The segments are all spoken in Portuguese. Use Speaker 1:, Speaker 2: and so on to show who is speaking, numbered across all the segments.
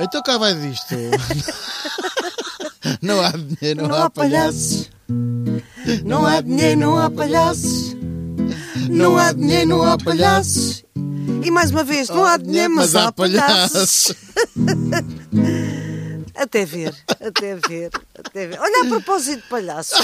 Speaker 1: Então cá vai disto. não há dinheiro, não, há palhaços.
Speaker 2: Não há dinheiro, não há palhaços. Não há dinheiro, não há palhaços. E mais uma vez, não há dinheiro, Oh, mas há palhaços. Até ver, até ver, até ver. Olha, a propósito de palhaço.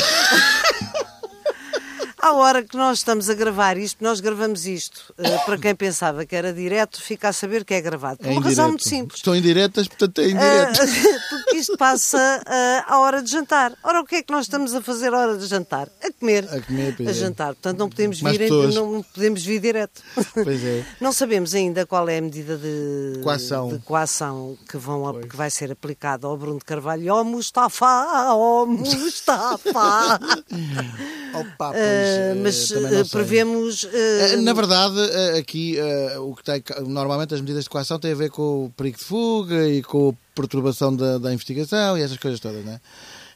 Speaker 2: À hora que nós estamos a gravar isto, nós gravamos isto, eh, para quem pensava que era direto, fica a saber que é gravado. Por
Speaker 1: É
Speaker 2: uma razão
Speaker 1: indireto.
Speaker 2: muito simples.
Speaker 1: Estão indiretas, portanto é indireto.
Speaker 2: Ah, porque isto passa ah, à hora de jantar. Ora, o que é que nós estamos a fazer à hora de jantar? A comer.
Speaker 1: A comer, pois é.
Speaker 2: jantar. Portanto, não podemos,
Speaker 1: Mais
Speaker 2: vir, em-
Speaker 1: pessoas.
Speaker 2: não podemos vir direto.
Speaker 1: Pois é.
Speaker 2: Não sabemos ainda qual é a medida de
Speaker 1: Coação.
Speaker 2: de coação que, vão, a- que vai ser aplicada ao Bruno de Carvalho. e ao Mustafa! Oh, Mustafa!
Speaker 1: Opa, pois,
Speaker 2: Ah,
Speaker 1: Ah, eh,
Speaker 2: mas
Speaker 1: também não sei.
Speaker 2: ah, prevemos. ah,
Speaker 1: Eh, Na verdade, eh, aqui eh, o que tem, ca- normalmente as medidas de coação têm a ver com o perigo de fuga e com a perturbação da, da investigação e essas coisas todas, não é?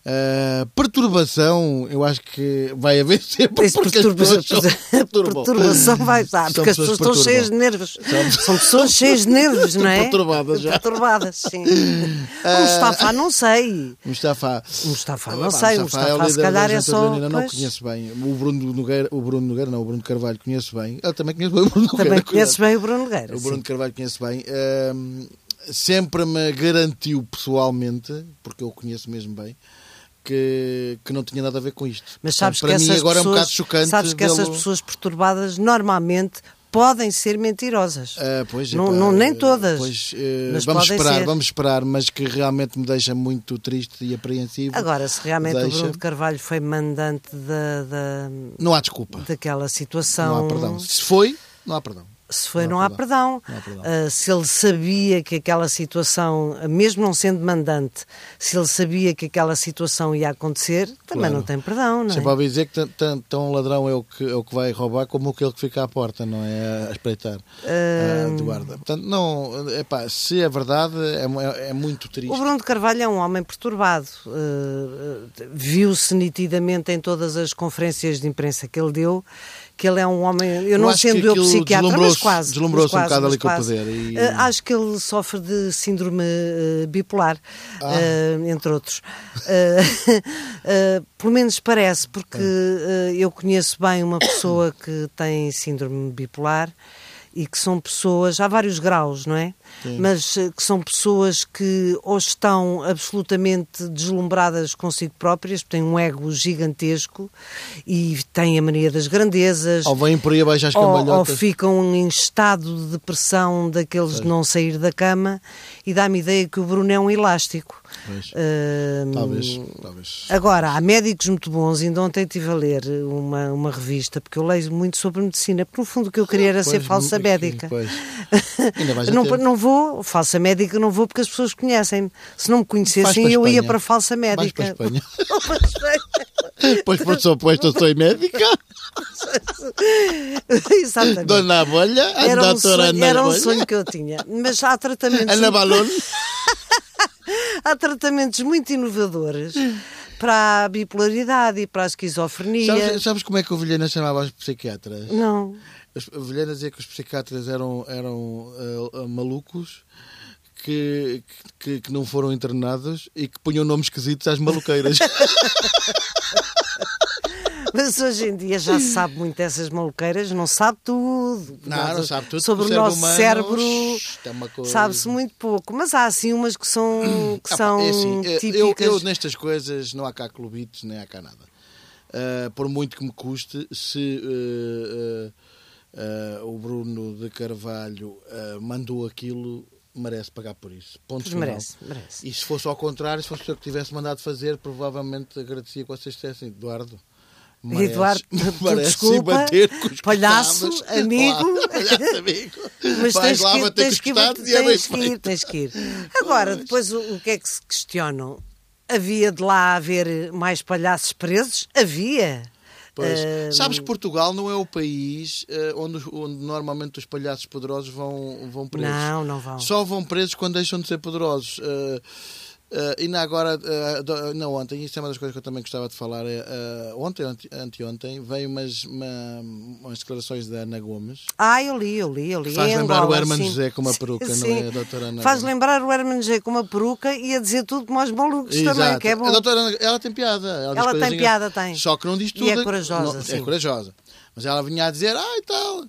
Speaker 1: Eh, perturbação, eu acho que vai haver sempre
Speaker 2: Isso
Speaker 1: porque as
Speaker 2: perturba-
Speaker 1: pessoas são- perturbam.
Speaker 2: perturbação vai estar,
Speaker 1: São
Speaker 2: porque as pessoas
Speaker 1: pessoas
Speaker 2: estão
Speaker 1: perturbam.
Speaker 2: cheias de nervos. São pessoas cheias de nervos, não é?
Speaker 1: perturbadas já. Ah.
Speaker 2: Perturbadas, sim. O Mustafa, não sei.
Speaker 1: Mustafa.
Speaker 2: O Mustafa,
Speaker 1: Epá,
Speaker 2: não sei. O
Speaker 1: é o
Speaker 2: Mustafa, se
Speaker 1: líder da
Speaker 2: calhar é
Speaker 1: Junta de
Speaker 2: só.
Speaker 1: Unida, não
Speaker 2: pois,
Speaker 1: conheço bem. O Bruno Nogueira, o Bruno Nogueira, não, o Bruno de Carvalho conheço bem. Eu também conheço bem o Bruno Nogueira.
Speaker 2: Também
Speaker 1: cuidado.
Speaker 2: conheces bem o Bruno Nogueira.
Speaker 1: O
Speaker 2: sim.
Speaker 1: Bruno de Carvalho conhece bem. Ahm, sempre me garantiu pessoalmente, porque eu o conheço mesmo bem, que, que não tinha nada a ver com isto.
Speaker 2: Mas sabes
Speaker 1: Portanto, para
Speaker 2: que
Speaker 1: mim
Speaker 2: essas
Speaker 1: agora é um
Speaker 2: pessoas,
Speaker 1: bocado chocante.
Speaker 2: Sabes que essas
Speaker 1: vê-lo-
Speaker 2: pessoas perturbadas normalmente podem ser mentirosas.
Speaker 1: Ah, pois,
Speaker 2: não,
Speaker 1: epá,
Speaker 2: não- nem
Speaker 1: eh,
Speaker 2: todas.
Speaker 1: pois, eh,
Speaker 2: mas
Speaker 1: vamos
Speaker 2: podem
Speaker 1: esperar,
Speaker 2: ser.
Speaker 1: vamos esperar, mas que realmente me deixa muito triste e apreensivo.
Speaker 2: Agora, se realmente o
Speaker 1: Deixa.
Speaker 2: Bruno de Carvalho foi mandante da- da,
Speaker 1: Não há desculpa.
Speaker 2: daquela situação.
Speaker 1: Não há perdão. Então, Se foi, não há perdão.
Speaker 2: Se foi,
Speaker 1: Não
Speaker 2: não
Speaker 1: há
Speaker 2: há perdão.
Speaker 1: Não há perdão.
Speaker 2: Ah, se ele sabia que aquela situação, mesmo não sendo mandante, se ele sabia que aquela situação ia acontecer, também
Speaker 1: Claro.
Speaker 2: não tem perdão, não
Speaker 1: Sempre
Speaker 2: é?
Speaker 1: ouvi dizer que tan- tan- tão um ladrão é o, que, é o que vai roubar como aquele que fica à porta, não é? A espreitar
Speaker 2: Hum.
Speaker 1: ah, de guarda. Portanto, não, epá, se é verdade, é, mu- é- é muito
Speaker 2: O
Speaker 1: triste.
Speaker 2: Bruno de Carvalho é um homem perturbado. Ah, ah, Viu-se nitidamente em todas as conferências de imprensa que ele deu que ele é um homem. Eu, não
Speaker 1: acho que
Speaker 2: sendo eu
Speaker 1: aquilo
Speaker 2: psiquiatra, mas
Speaker 1: deslumbrou-se-
Speaker 2: quase.
Speaker 1: deslumbrou-se
Speaker 2: mas
Speaker 1: um
Speaker 2: quase,
Speaker 1: bocado
Speaker 2: mas
Speaker 1: ali com o
Speaker 2: quase.
Speaker 1: poder e-
Speaker 2: Ah, Acho que ele sofre de síndrome eh, bipolar, eh, entre outros. Eh, eh, pelo menos parece, porque eh, eu conheço bem uma pessoa que tem síndrome bipolar e que são pessoas, há vários graus, não é? Mas eh, que são pessoas que ou estão absolutamente deslumbradas consigo próprias, têm um ego gigantesco e têm a mania das grandezas,
Speaker 1: Ou vêm por aí abaixo às
Speaker 2: ou, ou
Speaker 1: cambalhotas.
Speaker 2: ficam em estado de depressão daqueles de não sair da cama e dá-me ideia que o Bruno é um elástico.
Speaker 1: Pois.
Speaker 2: Ahm,
Speaker 1: Talvez,
Speaker 2: Hum.
Speaker 1: talvez.
Speaker 2: Agora, há médicos muito bons, ainda ontem estive a ler uma, uma revista, porque eu leio muito sobre medicina, porque no fundo o que eu queria era ser
Speaker 1: Pois,
Speaker 2: falsa
Speaker 1: muito-
Speaker 2: médica.
Speaker 1: pois. Ainda vais a
Speaker 2: não,
Speaker 1: tempo.
Speaker 2: não vou, falsa médica não vou porque as pessoas conhecem-me. Se não me
Speaker 1: Vais para
Speaker 2: conhecessem,
Speaker 1: a
Speaker 2: eu ia
Speaker 1: Espanha.
Speaker 2: para falsa
Speaker 1: Vais para a
Speaker 2: médica.
Speaker 1: Espanha.
Speaker 2: Vou para a Espanha.
Speaker 1: pois, por sua posta, sou médica.
Speaker 2: Exatamente.
Speaker 1: Dona Abolha, a
Speaker 2: Era um,
Speaker 1: doutora
Speaker 2: sonho,
Speaker 1: Ana
Speaker 2: era um
Speaker 1: Abolha.
Speaker 2: sonho que eu tinha. Mas há tratamentos,
Speaker 1: Ana Balon.
Speaker 2: há tratamentos muito inovadores para a bipolaridade e para a esquizofrenia.
Speaker 1: Sabes, sabes como é que o Vilhena chamava os psiquiatras?
Speaker 2: Não.
Speaker 1: As a Vilhena dizia que os psiquiatras eram, eram ah, ah, malucos que, que, que não foram internados e que punham nomes esquisitos às maluqueiras.
Speaker 2: Mas hoje em dia já se sabe muito dessas maluqueiras, não sabe tudo.
Speaker 1: não, não sabe tudo.
Speaker 2: Sobre o
Speaker 1: cérebro
Speaker 2: nosso
Speaker 1: humano,
Speaker 2: cérebro
Speaker 1: shhh, é uma coisa.
Speaker 2: sabe-se muito pouco. Mas há assim umas que são, que
Speaker 1: Ah, pá,
Speaker 2: são
Speaker 1: é assim, é, eu,
Speaker 2: típicas.
Speaker 1: eu nestas coisas não há cá clubitos, nem há cá nada. Ah, por muito que me custe, se ah, ah, ah, o Bruno de Carvalho ah, mandou aquilo, merece pagar por isso. Ponto
Speaker 2: Pois
Speaker 1: final.
Speaker 2: merece, merece.
Speaker 1: E se fosse ao contrário, se fosse eu que tivesse mandado fazer, provavelmente agradecia que vocês dissessem, Eduardo. merece-
Speaker 2: Eduardo, tu
Speaker 1: merece
Speaker 2: desculpa,
Speaker 1: bater com os
Speaker 2: palhaço,
Speaker 1: costados.
Speaker 2: amigo.
Speaker 1: Lá, palhaço, amigo.
Speaker 2: Mas
Speaker 1: Vais
Speaker 2: tens
Speaker 1: lá
Speaker 2: que, ir,
Speaker 1: bater com
Speaker 2: tens,
Speaker 1: os
Speaker 2: que ir,
Speaker 1: costados e é bem
Speaker 2: tens que ir,
Speaker 1: feito.
Speaker 2: tens que ir. Agora, depois o, o que é que se questionam? Havia de lá haver mais palhaços presos? Havia.
Speaker 1: Pois.
Speaker 2: Ah,
Speaker 1: Sabes que Portugal não é o país eh, onde, os- onde normalmente os palhaços poderosos vão, vão presos.
Speaker 2: Não, não vão.
Speaker 1: Só vão presos quando deixam de ser poderosos. Eh, Uh, ainda agora, uh, do, ainda ontem, isso é uma das coisas que eu também gostava de falar. Uh, ontem, ante, anteontem, veio umas, uma, umas declarações da Ana Gomes.
Speaker 2: Ah, eu li, eu li, eu li.
Speaker 1: Faz
Speaker 2: Em
Speaker 1: lembrar
Speaker 2: Angola,
Speaker 1: o Herman
Speaker 2: sim.
Speaker 1: José com uma
Speaker 2: Sim,
Speaker 1: peruca, não
Speaker 2: sim.
Speaker 1: é, doutora Ana?
Speaker 2: Faz lembrar o Herman José com uma peruca e a dizer tudo como aos malucos também,
Speaker 1: Exato.
Speaker 2: que é bom.
Speaker 1: A doutora Ana, ela tem piada. Ela, diz
Speaker 2: Ela tem
Speaker 1: coisinhas,
Speaker 2: piada, tem.
Speaker 1: Só que não diz
Speaker 2: E
Speaker 1: tudo.
Speaker 2: é corajosa,
Speaker 1: Não- É
Speaker 2: sim.
Speaker 1: corajosa. Mas ela vinha a dizer, ah, e tal.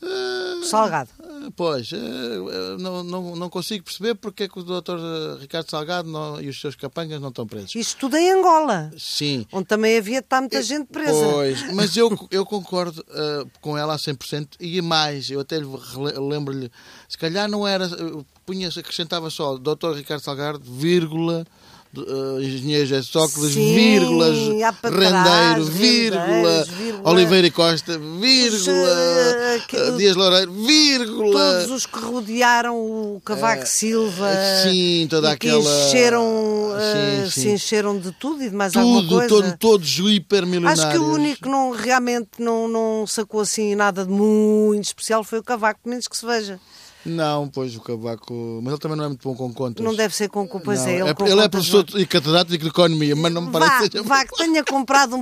Speaker 1: eh,
Speaker 2: Salgado.
Speaker 1: eh, Pois, eh, eh, não, não, não consigo perceber porque é que o doutor Ricardo Salgado não- e os seus capangas não estão presos.
Speaker 2: Isto tudo em Angola,
Speaker 1: Sim.
Speaker 2: onde também havia de estar muita gente presa.
Speaker 1: Pois, mas eu, eu concordo ah, com ela a 100% e mais, eu até lhe rele- lembro-lhe, se calhar não era, eh, punha, acrescentava só Dr. Ricardo Salgado, vírgula, d- ah, Engenheiro José Sócrates,
Speaker 2: Sim,
Speaker 1: vírgulas,
Speaker 2: há para trás,
Speaker 1: Rendeiro, vírgula,
Speaker 2: Rendeiros, vírgula.
Speaker 1: Oliveira e Costa,
Speaker 2: Os,
Speaker 1: vírgula,
Speaker 2: eh, que-
Speaker 1: ah, Dias Loureiro, vírgula.
Speaker 2: Todos os que rodearam o Cavaco Silva
Speaker 1: É, eh, sim, toda
Speaker 2: e que
Speaker 1: aquela-
Speaker 2: encheram, eh,
Speaker 1: Sim,
Speaker 2: se
Speaker 1: sim.
Speaker 2: encheram de tudo e de mais alguma
Speaker 1: Tudo,
Speaker 2: coisa.
Speaker 1: todo, todos hipermilionários.
Speaker 2: Acho que o único que não, realmente não, não sacou assim nada de muito especial foi o Cavaco, pelo menos que se veja.
Speaker 1: Não, pois o Cavaco. Mas ele também não é muito bom com contas.
Speaker 2: Não deve ser com culpa
Speaker 1: Não,
Speaker 2: é, ele. com
Speaker 1: ele é
Speaker 2: contas
Speaker 1: professor e catedrático de economia, mas não me parece que seja.
Speaker 2: Vá, vá, que tenha comprado um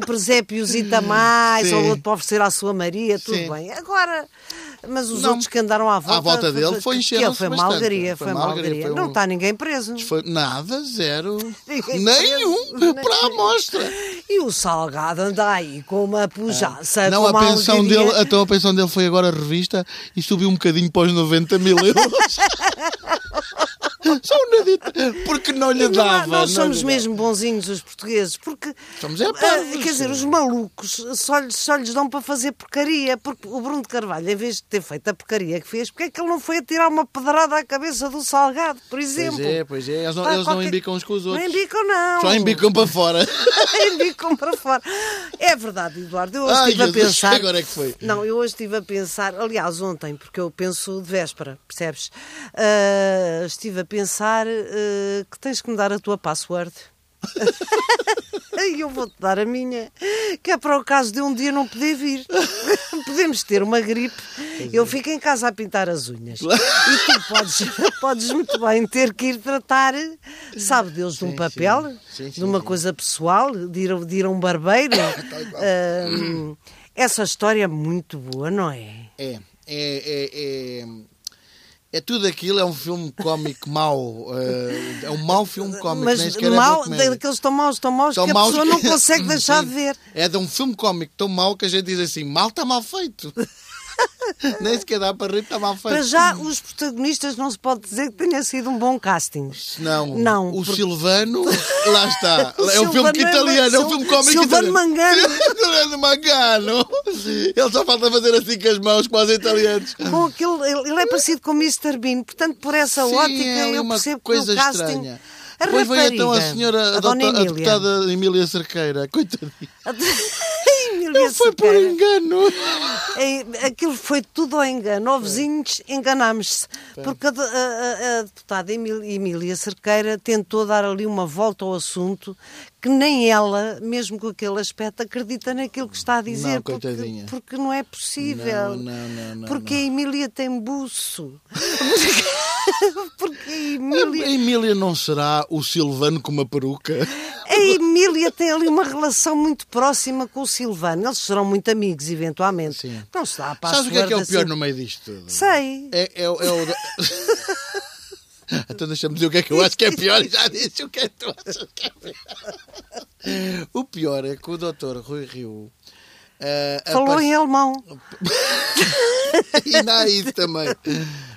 Speaker 2: presépiozito a mais
Speaker 1: Sim.
Speaker 2: ou outro para oferecer à sua Maria, tudo
Speaker 1: Sim.
Speaker 2: bem. Agora, mas os
Speaker 1: Não.
Speaker 2: outros que andaram à volta.
Speaker 1: À volta dele foi
Speaker 2: que-
Speaker 1: encher
Speaker 2: que ele Foi uma
Speaker 1: bastante.
Speaker 2: algaria,
Speaker 1: Foi
Speaker 2: foi uma
Speaker 1: uma algaria,
Speaker 2: algaria.
Speaker 1: foi
Speaker 2: Não
Speaker 1: um-
Speaker 2: está ninguém preso.
Speaker 1: Foi nada, zero.
Speaker 2: Ninguém
Speaker 1: Nenhum
Speaker 2: preso.
Speaker 1: para a amostra.
Speaker 2: E o Salgado anda aí com uma pujança.
Speaker 1: Não,
Speaker 2: com
Speaker 1: a
Speaker 2: uma
Speaker 1: pensão
Speaker 2: algaria.
Speaker 1: dele, então a pensão dele foi agora revista e subiu um bocadinho para os 90 mil euros. Só um nadito, porque não lhe
Speaker 2: Não há-
Speaker 1: dava.
Speaker 2: nós
Speaker 1: não lhe
Speaker 2: somos
Speaker 1: dava.
Speaker 2: mesmo bonzinhos os portugueses, porque
Speaker 1: Somos é
Speaker 2: ah,
Speaker 1: parvos.
Speaker 2: quer dizer, os malucos só lhes, só lhes dão para fazer porcaria, porque o Bruno de Carvalho, em vez de ter feito a porcaria que fez, porque é que ele não foi atirar uma pedrada à cabeça do Salgado, por exemplo?
Speaker 1: Pois é, pois é. Eles não,
Speaker 2: Ah,
Speaker 1: eles não
Speaker 2: qualquer-
Speaker 1: embicam uns com os outros.
Speaker 2: Não embicam, não.
Speaker 1: Só embicam para fora.
Speaker 2: Embicam para fora. É verdade, Eduardo. Eu hoje
Speaker 1: Ai,
Speaker 2: estive a
Speaker 1: Jesus,
Speaker 2: pensar.
Speaker 1: agora é que foi.
Speaker 2: Não, eu hoje estive a pensar, aliás, ontem, porque eu penso de véspera, percebes? Ah, estive a pensar ah, que tens que me dar a tua password. E eu vou-te dar a minha, que é para o caso de um dia não poder vir. Podemos ter uma gripe.
Speaker 1: é.
Speaker 2: Eu fico em casa a pintar as unhas. E tu podes, podes muito bem ter que ir tratar, sabe Deus, de um
Speaker 1: Sim,
Speaker 2: papel,
Speaker 1: sim. Sim, sim,
Speaker 2: de uma
Speaker 1: sim. Tá
Speaker 2: coisa pessoal, de ir, a- de ir a um barbeiro. Ahm, essa história é muito boa, não é?
Speaker 1: É, é, é, é, é tudo aquilo, é um filme cómico mau. eh, É, um mau filme cómico, nem
Speaker 2: Mas
Speaker 1: sequer é boa
Speaker 2: mal,
Speaker 1: comédia.
Speaker 2: daqueles tão maus, tão maus,
Speaker 1: Tão
Speaker 2: que a
Speaker 1: maus
Speaker 2: pessoa
Speaker 1: que-
Speaker 2: não consegue deixar de
Speaker 1: Sim.
Speaker 2: ver.
Speaker 1: É de um filme cómico tão mau que a gente diz assim, mal está mal feito. nem sequer dá para rir, está mal feito.
Speaker 2: Para já, os protagonistas não se pode dizer que tenha sido um bom casting.
Speaker 1: Senão,
Speaker 2: Não,
Speaker 1: o
Speaker 2: porque-
Speaker 1: Silvano, lá está.
Speaker 2: O
Speaker 1: é um filme
Speaker 2: Silvano
Speaker 1: que
Speaker 2: é-
Speaker 1: italiano, é um
Speaker 2: Sil-
Speaker 1: filme cómico
Speaker 2: Silvano
Speaker 1: italiano.
Speaker 2: Mangano.
Speaker 1: Silvano Mangano. Ele só falta fazer assim com as mãos, quase italianos.
Speaker 2: Com aquele, ele ele é parecido com o Mr. Bean, portanto, por essa
Speaker 1: Sim,
Speaker 2: ótica,
Speaker 1: é ali
Speaker 2: eu
Speaker 1: uma
Speaker 2: percebo
Speaker 1: coisa
Speaker 2: que no casting.
Speaker 1: estranha.
Speaker 2: A
Speaker 1: Depois veio então a
Speaker 2: rapariga,
Speaker 1: senhora, a,
Speaker 2: Dona
Speaker 1: doutora- a
Speaker 2: Emília.
Speaker 1: deputada Emília Cerqueira, coitadinha.
Speaker 2: Ai, Emília
Speaker 1: Não foi por
Speaker 2: Sequeira.
Speaker 1: engano.
Speaker 2: É, Aquilo foi tudo ao engano. Ó vizinhos, enganámos-se. Porque a, de- a- a- a deputada Emil- Emília Cerqueira tentou dar ali uma volta ao assunto que nem ela, mesmo com aquele aspecto, acredita naquilo que está a dizer.
Speaker 1: Não,
Speaker 2: porque,
Speaker 1: coitadinha.
Speaker 2: porque não é possível.
Speaker 1: Não, não, não, não,
Speaker 2: porque
Speaker 1: não.
Speaker 2: a Emília tem buço. Porque- porque a Emília.
Speaker 1: A Emília não será o Silvano com uma peruca?
Speaker 2: A Emília tem ali uma relação muito próxima com o Silvano. Eles serão muito amigos, eventualmente.
Speaker 1: Sim.
Speaker 2: Não se dá a
Speaker 1: Sabes o que é que é o
Speaker 2: password
Speaker 1: pior
Speaker 2: assim.
Speaker 1: no meio disto tudo?
Speaker 2: Sei.
Speaker 1: É, é, o- é o. Então deixa-me dizer o que é que eu acho que é pior e já disse o que é que tu achas que é pior. O pior é que o doutor Rui Rio. eh,
Speaker 2: Falou em alemão.
Speaker 1: e não há isso também.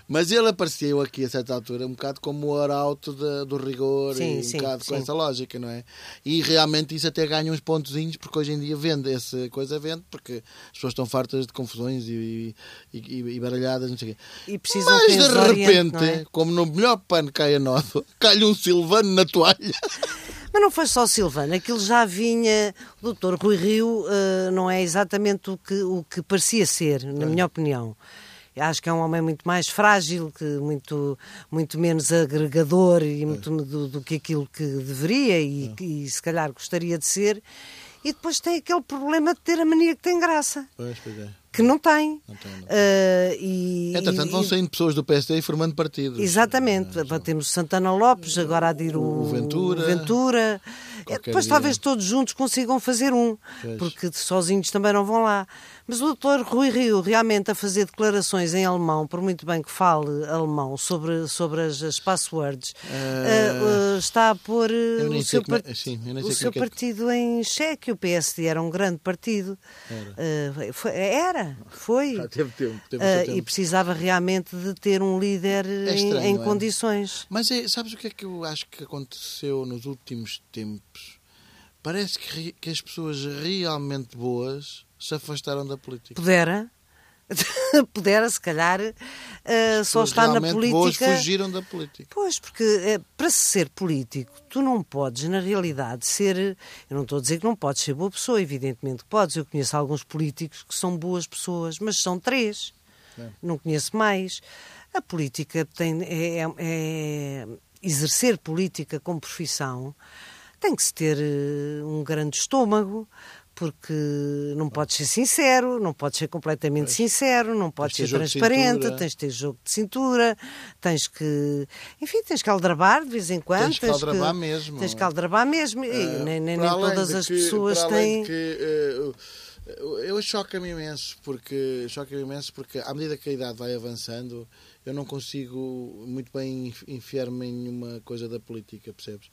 Speaker 1: Mas ele apareceu aqui a certa altura um bocado como o arauto de- do rigor
Speaker 2: Sim,
Speaker 1: e um
Speaker 2: sim,
Speaker 1: bocado com
Speaker 2: sim.
Speaker 1: essa lógica, não é? E realmente isso até ganha uns pontozinhos porque hoje em dia vende essa coisa, vende porque as pessoas estão fartas de confusões e, e, e- e baralhadas, não sei o quê.
Speaker 2: E precisam
Speaker 1: Mas
Speaker 2: que
Speaker 1: de
Speaker 2: os oriente,
Speaker 1: repente,
Speaker 2: não é?
Speaker 1: como no melhor pano cai a nódoa, cai um Silvano na toalha.
Speaker 2: Mas não foi só o Silvano, aquilo já vinha. O doutor Rui Rio eh, não é exatamente o que, o que parecia ser, na minha opinião. Eu Acho que é um homem muito mais frágil, que muito, muito menos agregador e muito do, do que aquilo que deveria e, e se calhar gostaria de ser. E depois tem aquele problema de ter a mania que tem graça.
Speaker 1: Pois, pois é.
Speaker 2: que não tem.
Speaker 1: Não tem, não tem.
Speaker 2: Eh, e,
Speaker 1: Entretanto,
Speaker 2: e-
Speaker 1: vão saindo pessoas do PSD e formando partidos.
Speaker 2: Exatamente. Temos o Santana Lopes, agora a dir o,
Speaker 1: O Ventura.
Speaker 2: o Ventura.
Speaker 1: Qualquer
Speaker 2: Eh, Depois
Speaker 1: dia.
Speaker 2: talvez todos juntos consigam fazer um,
Speaker 1: Pois.
Speaker 2: porque sozinhos também não vão lá. Mas o doutor Rui Rio, realmente a fazer declarações em alemão, por muito bem que fale alemão, sobre, sobre as, as passwords, eh, eh, está a pôr eh,
Speaker 1: Ah. Eu nem
Speaker 2: o
Speaker 1: sei
Speaker 2: seu,
Speaker 1: como é-
Speaker 2: part-
Speaker 1: sim, eu nem
Speaker 2: o
Speaker 1: sei como é
Speaker 2: seu
Speaker 1: que-
Speaker 2: partido em xeque. O PSD era um grande partido. Eh, foi- era, foi.
Speaker 1: Já teve tempo, teve o seu
Speaker 2: Ah,
Speaker 1: tempo.
Speaker 2: e precisava realmente de ter um líder em-
Speaker 1: estranho,
Speaker 2: em
Speaker 1: não é?
Speaker 2: condições.
Speaker 1: Mas é, sabes o que é que eu acho que aconteceu nos últimos tempos? Parece que, re- que as pessoas realmente boas se afastaram da política.
Speaker 2: Pudera, pudera, se calhar, ah, só
Speaker 1: Pessoas
Speaker 2: está na
Speaker 1: realmente boas
Speaker 2: política.
Speaker 1: fugiram da política.
Speaker 2: Pois, porque eh, para ser político, tu não podes, na realidade, ser. Eu não estou a dizer que não podes ser boa pessoa, evidentemente que podes. Eu conheço alguns políticos que são boas pessoas, mas são três.
Speaker 1: É.
Speaker 2: Não conheço mais. A política tem. É, é- é- exercer política como profissão tem que se ter eh, um grande estômago. Porque não podes ser sincero, não podes ser completamente sincero, não podes
Speaker 1: Tens
Speaker 2: ser
Speaker 1: que ter jogo de
Speaker 2: transparente,
Speaker 1: cintura.
Speaker 2: tens tens de ter jogo de cintura, tens que, enfim, tens que aldrabar de vez em quando.
Speaker 1: Tens que aldrabar mesmo. É,
Speaker 2: Tens que aldrabar mesmo. E nem nem,
Speaker 1: Ah, Para
Speaker 2: nem
Speaker 1: além
Speaker 2: todas
Speaker 1: de
Speaker 2: as
Speaker 1: que-
Speaker 2: pessoas
Speaker 1: para além
Speaker 2: têm.
Speaker 1: de que, eh, eu- eu choca-me imenso porque choca-me imenso porque à medida que a idade vai avançando eu não consigo muito bem enf- enfiar-me em nenhuma coisa da política, percebes?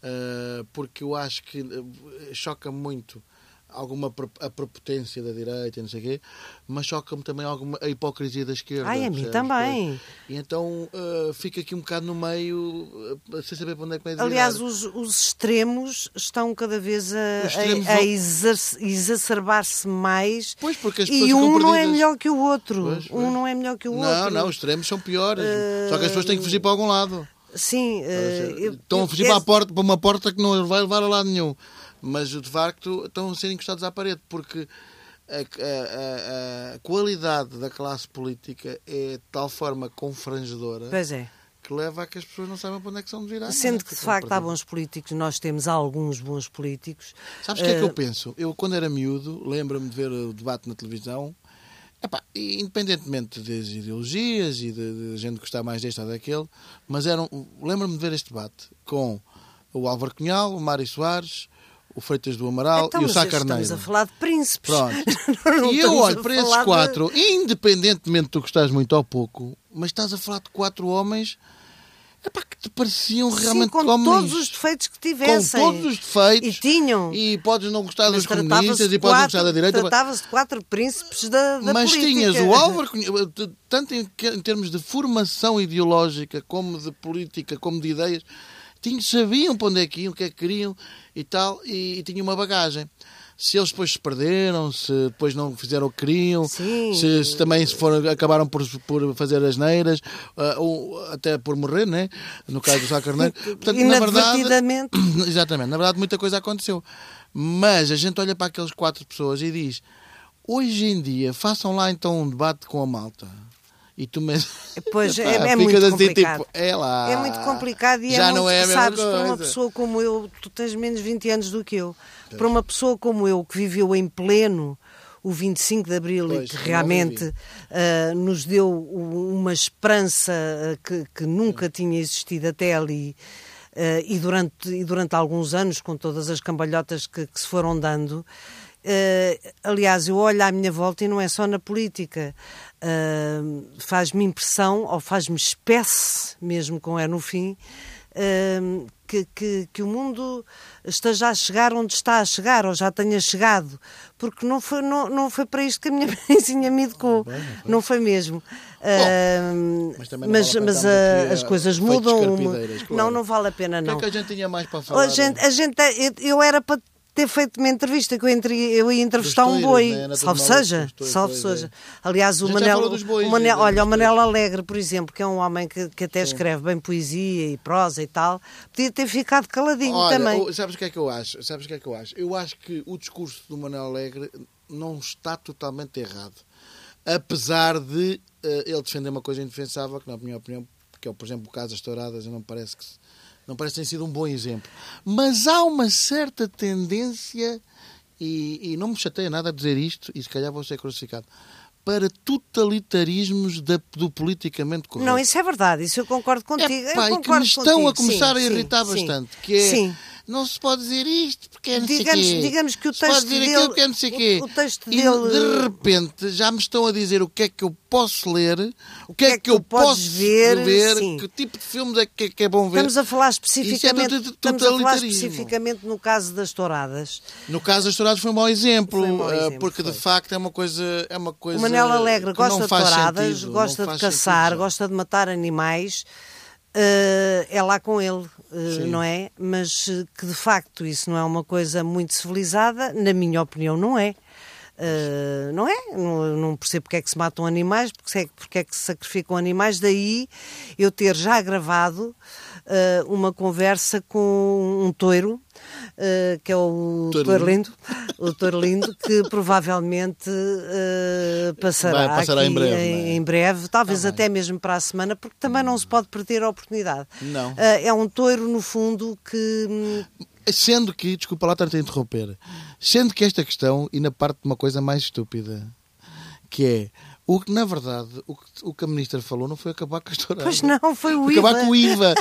Speaker 1: Eh, porque eu acho que eh, choca-me muito alguma pro- a prepotência da direita, e não sei o quê, mas choca-me também alguma a hipocrisia da esquerda.
Speaker 2: Ai, a mim
Speaker 1: percebes?
Speaker 2: também.
Speaker 1: Pois. E então eh, fica aqui um bocado no meio, eh, sem saber para onde é que vai virar.
Speaker 2: Aliás, os, os extremos estão cada vez a,
Speaker 1: Os extremos
Speaker 2: a- a
Speaker 1: vão-
Speaker 2: exer- exacerbar-se mais.
Speaker 1: Pois, porque as pessoas
Speaker 2: e
Speaker 1: ficam
Speaker 2: um não é
Speaker 1: perdidas.
Speaker 2: melhor que o outro.
Speaker 1: Pois, pois.
Speaker 2: Um não é melhor que o
Speaker 1: Não,
Speaker 2: outro.
Speaker 1: não, os extremos são piores. Só que as pessoas têm que fugir para algum lado.
Speaker 2: Sim. eh, eu-
Speaker 1: estão a
Speaker 2: eu-
Speaker 1: fugir para, a porta, para uma porta que não vai levar a lado nenhum. Mas de facto estão a ser encostados à parede, porque a, a- a- a qualidade da classe política é de tal forma confrangedora
Speaker 2: Pois é.
Speaker 1: que leva a que as pessoas não saibam para onde é que são de virar. não é?
Speaker 2: Sendo que, de
Speaker 1: Ficam
Speaker 2: facto, há
Speaker 1: perdidas.
Speaker 2: bons políticos, nós temos alguns bons políticos.
Speaker 1: Sabes o que é
Speaker 2: Eh,
Speaker 1: que eu penso? Eu, quando era miúdo, lembro-me de ver o debate na televisão. Epá, e independentemente das ideologias e de, de gente gostar mais deste ou daquele, mas eram, lembro-me de ver este debate com o Álvaro Cunhal, o Mário Soares, o Freitas do Amaral
Speaker 2: Então,
Speaker 1: e o
Speaker 2: mas
Speaker 1: Sá
Speaker 2: Estamos
Speaker 1: Carneiro.
Speaker 2: a falar de príncipes.
Speaker 1: Pronto.
Speaker 2: Não
Speaker 1: e eu
Speaker 2: estamos
Speaker 1: olho
Speaker 2: a
Speaker 1: para esses
Speaker 2: falar de-
Speaker 1: quatro, independentemente de tu gostares muito ou pouco, mas estás a falar de quatro homens epá, que te pareciam um realmente
Speaker 2: Sim, com
Speaker 1: comunistas
Speaker 2: todos os defeitos que tivessem.
Speaker 1: com todos os defeitos
Speaker 2: E tinham.
Speaker 1: e podes não gostar
Speaker 2: Mas
Speaker 1: dos comunistas
Speaker 2: tratava-se
Speaker 1: e
Speaker 2: de
Speaker 1: podes não gostar
Speaker 2: quatro,
Speaker 1: da direita
Speaker 2: tratava-se de quatro príncipes da, da
Speaker 1: mas
Speaker 2: política.
Speaker 1: tinhas o Álvaro Cunha- tanto em, que- em termos de formação ideológica como de política como de ideias tinham, sabiam para onde é que iam o que é que queriam e tal e, e tinham uma bagagem se eles depois se perderam, se depois não fizeram o que queriam,
Speaker 2: Sim.
Speaker 1: se, se também se foram, acabaram por, por fazer as neiras, ah, ou até por morrer, né? no caso do Sá Carneiro. Portanto, na verdade,
Speaker 2: Inadvertidamente.
Speaker 1: Exatamente, na verdade muita coisa aconteceu. Mas a gente olha para aquelas quatro pessoas e diz: hoje em dia façam lá então um debate com a malta. E tu mesmo.
Speaker 2: Pois, é- é
Speaker 1: Epá,
Speaker 2: muito
Speaker 1: ficas assim,
Speaker 2: complicado.
Speaker 1: tipo, é lá.
Speaker 2: É muito complicado e
Speaker 1: Já
Speaker 2: é muito,
Speaker 1: não é a mesma
Speaker 2: sabes, para uma
Speaker 1: coisa.
Speaker 2: pessoa como eu, tu tens menos 20 anos do que eu, para uma pessoa como eu que viveu em pleno o 25 de Abril
Speaker 1: Pois,
Speaker 2: e que
Speaker 1: não
Speaker 2: realmente
Speaker 1: vivi.
Speaker 2: ah, nos deu u- uma esperança ah, que, que nunca tinha existido até ali. ah, e, durante, e durante alguns anos, com todas as cambalhotas que, que se foram dando, eh, aliás, eu olho à minha volta e não é só na política. Ah, faz-me impressão, ou faz-me espécie, mesmo com é no fim, ah, que, que, que o mundo esteja a chegar onde está a chegar, ou já tenha chegado. Porque não foi, não, não foi para isto que a minha mãezinha me educou. Não foi mesmo. Ah,
Speaker 1: mas
Speaker 2: mas
Speaker 1: também não vale a pena
Speaker 2: mas, ah,
Speaker 1: estarmos aqui
Speaker 2: as
Speaker 1: a
Speaker 2: coisas
Speaker 1: feitos
Speaker 2: mudam.
Speaker 1: carpideiras, claro.
Speaker 2: Não, não vale a pena,
Speaker 1: O que é
Speaker 2: não.
Speaker 1: que a gente tinha mais para
Speaker 2: Oh,
Speaker 1: falar?
Speaker 2: gente, a gente, eh, eu- eu era para ter feito uma entrevista que eu, entre, eu ia entrevistar um
Speaker 1: toiros,
Speaker 2: boi,
Speaker 1: né? Era
Speaker 2: salve
Speaker 1: tudo maluco,
Speaker 2: seja,
Speaker 1: os toiros,
Speaker 2: salve
Speaker 1: pois é.
Speaker 2: seja. Aliás,
Speaker 1: A
Speaker 2: o
Speaker 1: gente já
Speaker 2: Manel,
Speaker 1: falou dos bois
Speaker 2: o Manel-
Speaker 1: e dos
Speaker 2: olha, o
Speaker 1: toiros.
Speaker 2: Manel Alegre, por exemplo, que é um homem que, que até escreve bem poesia e prosa e tal, podia ter ficado caladinho
Speaker 1: Olha,
Speaker 2: também.
Speaker 1: o- sabes o que é que eu acho? Sabes o que é que eu acho? Eu acho que o discurso do Manuel Alegre não está totalmente errado. Apesar de eh, ele defender uma coisa indefensável, que na minha opinião, que é, por exemplo, o caso das touradas, não parece que se- não parece ter sido um bom exemplo. Mas há uma certa tendência, e, e não me chateia nada a dizer isto, e se calhar vou ser crucificado, para totalitarismos da- do politicamente correto.
Speaker 2: Não, isso é verdade, isso eu concordo contigo.
Speaker 1: Epá,
Speaker 2: eu
Speaker 1: e que me
Speaker 2: concordo
Speaker 1: estão
Speaker 2: contigo.
Speaker 1: a começar a
Speaker 2: Sim,
Speaker 1: irritar
Speaker 2: sim,
Speaker 1: bastante.
Speaker 2: sim.
Speaker 1: Que é,
Speaker 2: Sim.
Speaker 1: não se pode dizer isto porque é não
Speaker 2: Digamos-
Speaker 1: sei quê.
Speaker 2: digamos que o
Speaker 1: Se pode
Speaker 2: texto
Speaker 1: dizer
Speaker 2: dele-
Speaker 1: aquilo porque é não sei
Speaker 2: o-
Speaker 1: quê.
Speaker 2: o texto
Speaker 1: e
Speaker 2: dele-
Speaker 1: de repente já me estão a dizer o que é que eu posso ler, o que, é, que, eu
Speaker 2: tu podes
Speaker 1: posso
Speaker 2: ver,
Speaker 1: ver,
Speaker 2: sim.
Speaker 1: que tipo de filmes é que, que é bom ver.
Speaker 2: Estamos a falar especificamente,
Speaker 1: Isso é tudo
Speaker 2: estamos a falar
Speaker 1: totalitarismo.
Speaker 2: especificamente no caso das touradas.
Speaker 1: No caso das touradas foi um mau exemplo,
Speaker 2: Foi um mau
Speaker 1: eh,
Speaker 2: exemplo,
Speaker 1: porque de
Speaker 2: foi.
Speaker 1: facto é uma coisa. É uma coisa
Speaker 2: O Manel Alegre
Speaker 1: que não
Speaker 2: gosta de
Speaker 1: faz
Speaker 2: touradas,
Speaker 1: sentido, não
Speaker 2: gosta de
Speaker 1: faz
Speaker 2: caçar,
Speaker 1: sentido, já.
Speaker 2: gosta de matar animais. eh, é lá com ele, eh,
Speaker 1: Sim.
Speaker 2: não é? Mas eh, que de facto isso não é uma coisa muito civilizada, na minha opinião, não é. Eh, não é? Não, não percebo porque é que se matam animais, porque é, porque é que se sacrificam animais. Daí eu ter já gravado eh, uma conversa com um touro, eh, que é o
Speaker 1: Touro
Speaker 2: Touro
Speaker 1: Lindo.
Speaker 2: Lindo, o Touro Lindo, que provavelmente eh, passará,
Speaker 1: Vai passar em
Speaker 2: aqui
Speaker 1: breve,
Speaker 2: em-
Speaker 1: não é?
Speaker 2: em breve, talvez
Speaker 1: Tá bem.
Speaker 2: até mesmo para a semana, porque também não se pode perder a oportunidade.
Speaker 1: Não.
Speaker 2: Ah, é um touro, no fundo, que. hum,
Speaker 1: Sendo que, desculpa lá estar-te a interromper, sendo que esta questão, e na parte de uma coisa mais estúpida, que é, o que na verdade, o que, o que a ministra falou não foi acabar com as touradas.
Speaker 2: Pois não, foi o
Speaker 1: Foi
Speaker 2: IVA.
Speaker 1: acabar com o IVA.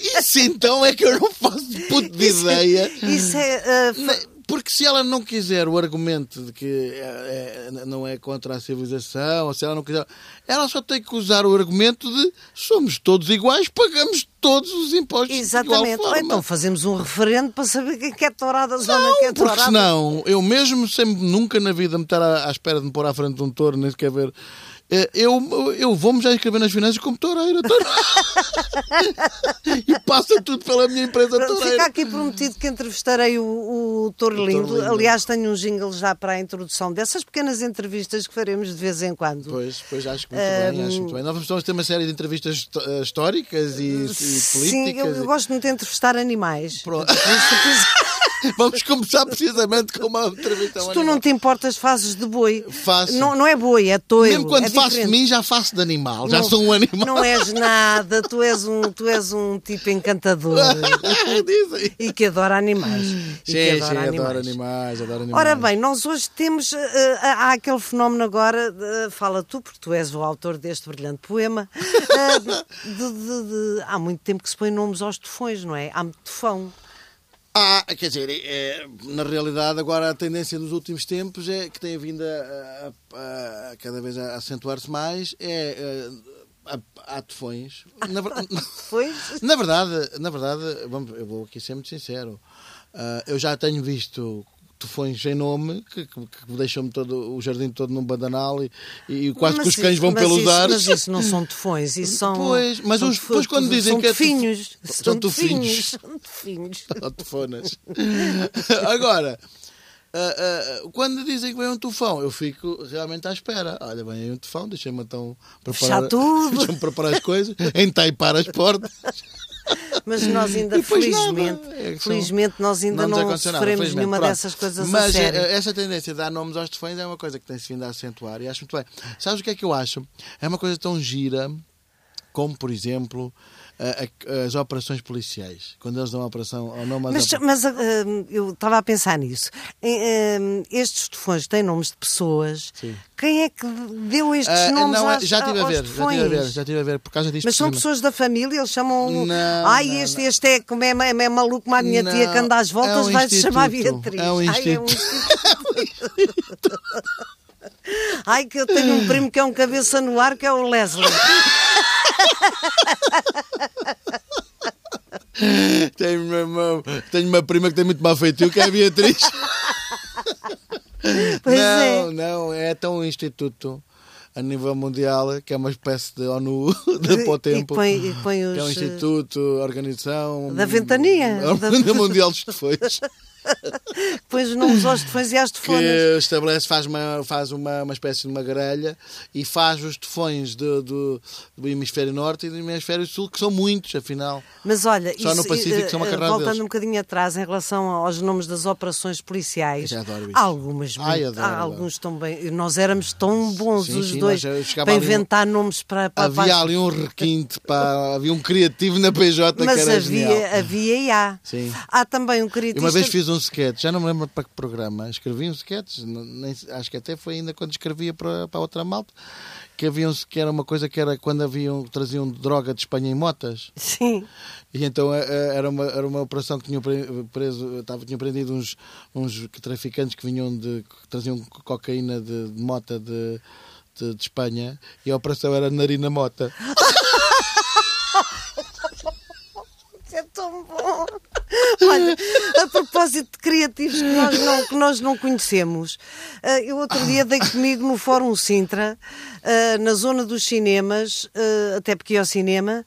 Speaker 1: Isso então é que eu não faço puto de
Speaker 2: Isso-
Speaker 1: ideia.
Speaker 2: Isso é. ah, fa-
Speaker 1: Na- Porque se ela não quiser o argumento de que é- é- não é contra a civilização, ou se ela não quiser, ela só tem que usar o argumento de somos todos iguais, pagamos todos os impostos é de
Speaker 2: Exatamente.
Speaker 1: igual
Speaker 2: Ou
Speaker 1: forma.
Speaker 2: então fazemos um referendo para saber quem é que é touradas ou não
Speaker 1: Não,
Speaker 2: quer
Speaker 1: porque
Speaker 2: touradas.
Speaker 1: senão, eu mesmo sem nunca na vida me estar à, à espera de me pôr à frente de um touro, nem sequer ver. eh, Eu, eu vou-me já inscrever nas finanças como toureira. toureira. e passa tudo pela minha empresa
Speaker 2: Fica
Speaker 1: toureira.
Speaker 2: aqui prometido que entrevistarei o, o Touro
Speaker 1: O Touro
Speaker 2: Lindo.
Speaker 1: Lindo.
Speaker 2: Aliás, tenho um jingle já para a introdução dessas pequenas entrevistas que faremos de vez em quando.
Speaker 1: Pois, pois acho que muito bem, acho
Speaker 2: Ehm,
Speaker 1: muito bem. Nós vamos ter uma série de entrevistas histó- eh, históricas e, e
Speaker 2: Sim, eu,
Speaker 1: políticas.
Speaker 2: eu
Speaker 1: e-
Speaker 2: gosto muito de entrevistar animais.
Speaker 1: Pronto. Vamos começar precisamente com uma entrevista. ao
Speaker 2: Se tu não
Speaker 1: animal.
Speaker 2: te importas, fazes de boi.
Speaker 1: Faço.
Speaker 2: Não, não é boi, é toiro.
Speaker 1: Mesmo quando
Speaker 2: é
Speaker 1: faço de
Speaker 2: diferente.
Speaker 1: mim, já faço de animal, já
Speaker 2: Não-
Speaker 1: sou um animal.
Speaker 2: Não é. és nada, tu és um, tu és um tipo encantador
Speaker 1: Dizem.
Speaker 2: e que adora animais. e que
Speaker 1: Sim,
Speaker 2: adora
Speaker 1: sim,
Speaker 2: animais.
Speaker 1: adoro animais, adoro animais.
Speaker 2: Ora bem, nós hoje temos. eh, eh, há aquele fenómeno agora, eh, fala tu, porque tu és o autor deste brilhante poema. eh, de- de- de- há muito tempo que se põe nomes aos tufões, não é? Há muito tufão.
Speaker 1: Ah, quer dizer, é, na realidade, agora a tendência dos últimos tempos é que tem vindo a, a- a- cada vez a acentuar-se mais é eh, há há tufões. Na, ver-
Speaker 2: Tufões?
Speaker 1: na verdade, na verdade, vamos, eu vou aqui ser muito sincero. Ah, eu já tenho visto tufões sem nome que, que, que deixam-me todo o jardim todo num bandanal e, e quase
Speaker 2: Mas
Speaker 1: que os cães
Speaker 2: isso-
Speaker 1: vão
Speaker 2: mas
Speaker 1: pelos
Speaker 2: isso-
Speaker 1: ares.
Speaker 2: Mas isso não são tufões, isso são.
Speaker 1: Pois, mas
Speaker 2: são
Speaker 1: os-
Speaker 2: tufo-
Speaker 1: pois quando dizem
Speaker 2: são
Speaker 1: que é tuf-
Speaker 2: tufinhos,
Speaker 1: são
Speaker 2: São
Speaker 1: tufinhos.
Speaker 2: tufinhos. São tufinhos.
Speaker 1: Ou tufonas. Agora, ah, ah, quando dizem que vem um tufão, eu fico realmente à espera. Olha, vem aí um tufão, deixem-me então preparar,
Speaker 2: Fechar tudo.
Speaker 1: deixem-me preparar as coisas, entaipar as portas.
Speaker 2: Mas nós ainda,
Speaker 1: E depois
Speaker 2: felizmente,
Speaker 1: nada. É que são-
Speaker 2: felizmente, nós ainda
Speaker 1: nos
Speaker 2: não,
Speaker 1: aconteceu nada,
Speaker 2: sofremos
Speaker 1: felizmente.
Speaker 2: nenhuma
Speaker 1: Pronto.
Speaker 2: dessas coisas
Speaker 1: Mas
Speaker 2: a
Speaker 1: eh,
Speaker 2: sério.
Speaker 1: essa tendência de dar nomes aos tufões é uma coisa que tem-se vindo a acentuar e acho muito bem. Sabes o que é que eu acho? É uma coisa tão gira como, por exemplo, eh, a- as operações policiais. Quando eles dão a operação ao nome às
Speaker 2: Mas,
Speaker 1: opera-
Speaker 2: mas, ah, eu estava a pensar nisso. Em, ah, Estes tufões têm nomes de pessoas.
Speaker 1: Sim.
Speaker 2: Quem é que deu estes
Speaker 1: Ah,
Speaker 2: nomes
Speaker 1: não,
Speaker 2: às,
Speaker 1: já estive a
Speaker 2: aos
Speaker 1: ver, já
Speaker 2: tufões?
Speaker 1: estive a ver, já estive a ver, por causa disto.
Speaker 2: Mas são
Speaker 1: precisamente.
Speaker 2: pessoas da família, eles chamam. um,
Speaker 1: Não,
Speaker 2: Ai,
Speaker 1: não,
Speaker 2: este,
Speaker 1: não.
Speaker 2: este é como é, é, é maluco como a minha
Speaker 1: Não,
Speaker 2: tia que anda às voltas,
Speaker 1: é um
Speaker 2: vai-se chamar
Speaker 1: instituto,
Speaker 2: Beatriz.
Speaker 1: é um
Speaker 2: Ai, é um instituto. Ai, que eu tenho um primo que é um cabeça no ar, que é o Leslie.
Speaker 1: Tenho uma, uma- tenho uma prima que tem muito má feitio, que é a Beatriz.
Speaker 2: Pois
Speaker 1: não,
Speaker 2: é.
Speaker 1: não, é tão um instituto a nível mundial, que é uma espécie de ONU de para o
Speaker 2: E
Speaker 1: tempo.
Speaker 2: que põe, e que põe os. eh,
Speaker 1: Que é um instituto, organização.
Speaker 2: Da ventania.
Speaker 1: A Organização Mundial dos Tufões.
Speaker 2: que põe os nomes aos tufões e às tufonas.
Speaker 1: que estabelece, faz, uma, faz uma, uma espécie de uma grelha e faz os tufões do, do, do hemisfério norte e do hemisfério sul, que são muitos, afinal.
Speaker 2: Mas olha,
Speaker 1: Só no Pacífico são uma
Speaker 2: eh, eh,
Speaker 1: carrada
Speaker 2: voltando
Speaker 1: deles.
Speaker 2: um bocadinho atrás em relação aos nomes das operações policiais,
Speaker 1: Eu já adoro isso.
Speaker 2: há algumas
Speaker 1: Ai,
Speaker 2: muito-
Speaker 1: adoro,
Speaker 2: há
Speaker 1: adoro.
Speaker 2: alguns tão bem. Nós éramos tão bons
Speaker 1: Sim,
Speaker 2: os
Speaker 1: sim,
Speaker 2: dois
Speaker 1: nós, eh, chegava
Speaker 2: para
Speaker 1: ali um-
Speaker 2: inventar nomes para, para, para
Speaker 1: Havia ali um requinte, pá, havia um criativo na PJ
Speaker 2: Mas
Speaker 1: que era
Speaker 2: havia,
Speaker 1: genial.
Speaker 2: havia e há.
Speaker 1: Sim.
Speaker 2: Há também um
Speaker 1: Eu
Speaker 2: crítico.
Speaker 1: uma vez fiz um sketch, já não me lembro para que programa, escrevi um sketch, nem, acho que até foi ainda quando escrevia para, para outra malta, que havia um, que era uma coisa que era quando haviam, traziam droga de Espanha em motas.
Speaker 2: Sim.
Speaker 1: E então eh, era uma, era uma operação que tinham pre- preso, estava, tinham prendido uns, uns traficantes que vinham de. que traziam cocaína de, de mota de, de, de Espanha e a operação era narina mota.
Speaker 2: Isso é tão bom. Olha, a propósito de criativos que nós não, que nós não conhecemos, ah, eu outro dia dei comigo no Fórum Sintra, ah, na zona dos cinemas, ah, até porque ia ao cinema,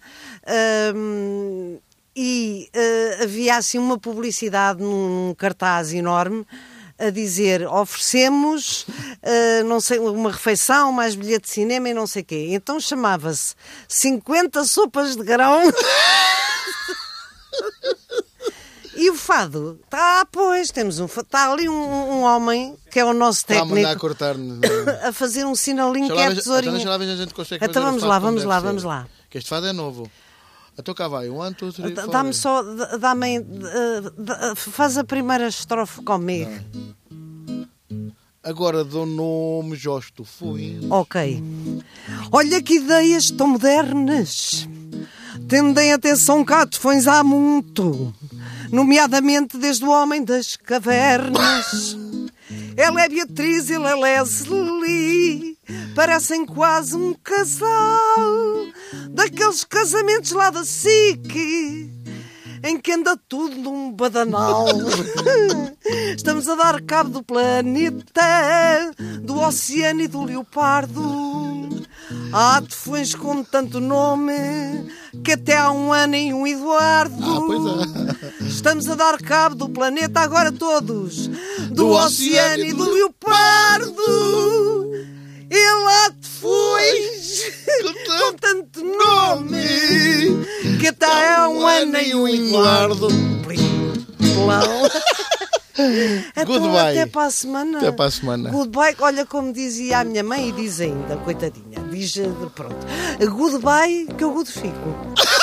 Speaker 2: ahm, e ah, havia assim uma publicidade num, num cartaz enorme a dizer oferecemos ah, não sei, uma refeição, mais bilhete de cinema e não sei o quê. Então chamava-se 50 sopas de grão. E o fado? Tá, pois, temos um fado. Está ali um, um homem, que é o nosso
Speaker 1: Está Tá a mandar é?
Speaker 2: técnico,
Speaker 1: cortar no-
Speaker 2: a fazer um sinalinho que é a tesourinha. Então
Speaker 1: Então
Speaker 2: vamos lá, vamos lá, vamos lá. Então
Speaker 1: Que este fado é novo. Então cá vai. One, two, three, four.
Speaker 2: Tá, Dá-me só, dá- dá-me, eh, dá- faz a primeira estrofe comigo.
Speaker 1: Agora dou nome, Josto fui.
Speaker 2: Hum. Ok. Olha que ideias tão modernas. Tendem atenção cá tufões há muito, nomeadamente desde o homem das cavernas. Ela é Beatriz, ele é Leslie. Parecem quase um casal daqueles casamentos lá da SIC em que anda tudo num badanal. Estamos a dar cabo do planeta, do oceano e do leopardo. Há tufões com tanto nome que até há um ano em um Eduardo.
Speaker 1: Ah, pois
Speaker 2: Estamos a dar cabo do planeta agora todos, do, oceano e do, leopardo. E lá te fui com tanto nome que até há um ano e um Eduardo. Então,
Speaker 1: Goodbye.
Speaker 2: até para a semana.
Speaker 1: Até para a semana.
Speaker 2: Goodbye, olha como dizia a minha mãe e diz ainda, coitadinha. Diz, eh, pronto. Goodbye, que eu good fico.